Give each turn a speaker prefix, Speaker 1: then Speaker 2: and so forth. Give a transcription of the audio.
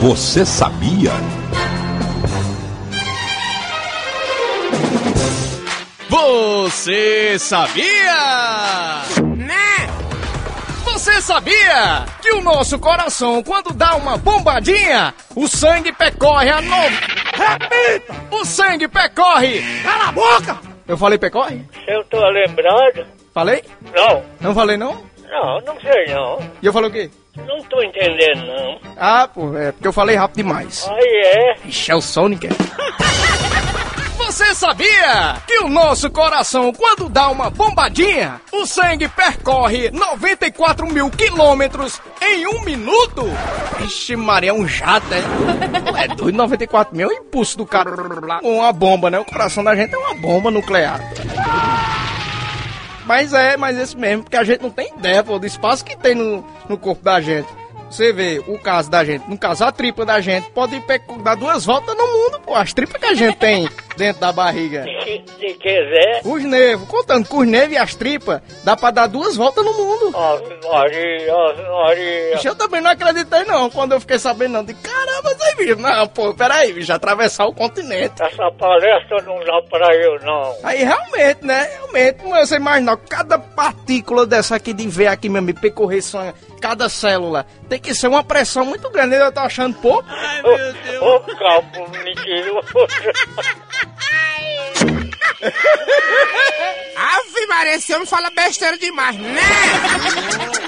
Speaker 1: Você sabia?
Speaker 2: Você sabia? Né? Você sabia que o nosso coração, quando dá uma bombadinha, o sangue percorre a no...
Speaker 3: Repita!
Speaker 2: O sangue percorre!
Speaker 3: Cala a boca!
Speaker 2: Eu falei percorre?
Speaker 4: Eu tô lembrado.
Speaker 2: Falei?
Speaker 4: Não,
Speaker 2: Não falei não?
Speaker 4: não, não sei não.
Speaker 2: E eu falei o quê?
Speaker 4: Não tô entendendo não.
Speaker 2: Ah, pô, é porque eu falei rápido demais.
Speaker 4: Aí é.
Speaker 2: Ixi, é o Sonic. é. Você sabia que o nosso coração, quando dá uma bombadinha, o sangue percorre 94 mil quilômetros em um minuto? Ixi, Maria, é um jato, é? É doido, 94 mil é o impulso do cara lá com uma bomba, né? O coração da gente é uma bomba nuclear. Mas é, mas esse mesmo, porque a gente não tem ideia, pô, do espaço que tem no, no corpo da gente. Você vê o caso da gente, no caso a tripa da gente, pode pe- dar duas voltas no mundo, pô, as tripas que a gente tem dentro da barriga.
Speaker 4: Se, se quiser,
Speaker 2: Os nervos, contando com os nervos e as tripas, dá pra dar duas voltas no mundo.
Speaker 4: Ave Maria, Ave Maria.
Speaker 2: Bicho, eu também não acreditei não, quando eu fiquei sabendo não, de caramba, aí, bicho, não, pô, peraí, bicho, atravessar o continente.
Speaker 4: Essa palestra não dá pra eu não.
Speaker 2: Aí realmente, né? Realmente, não, você imagina, cada partícula dessa aqui de ver aqui mesmo, e percorrer só cada célula, tem que ser uma pressão muito grande. Eu tô achando pouco.
Speaker 4: Ai, meu Deus. Ô, campo mentiroso.
Speaker 5: Ave Maria, esse homem fala besteira demais, né?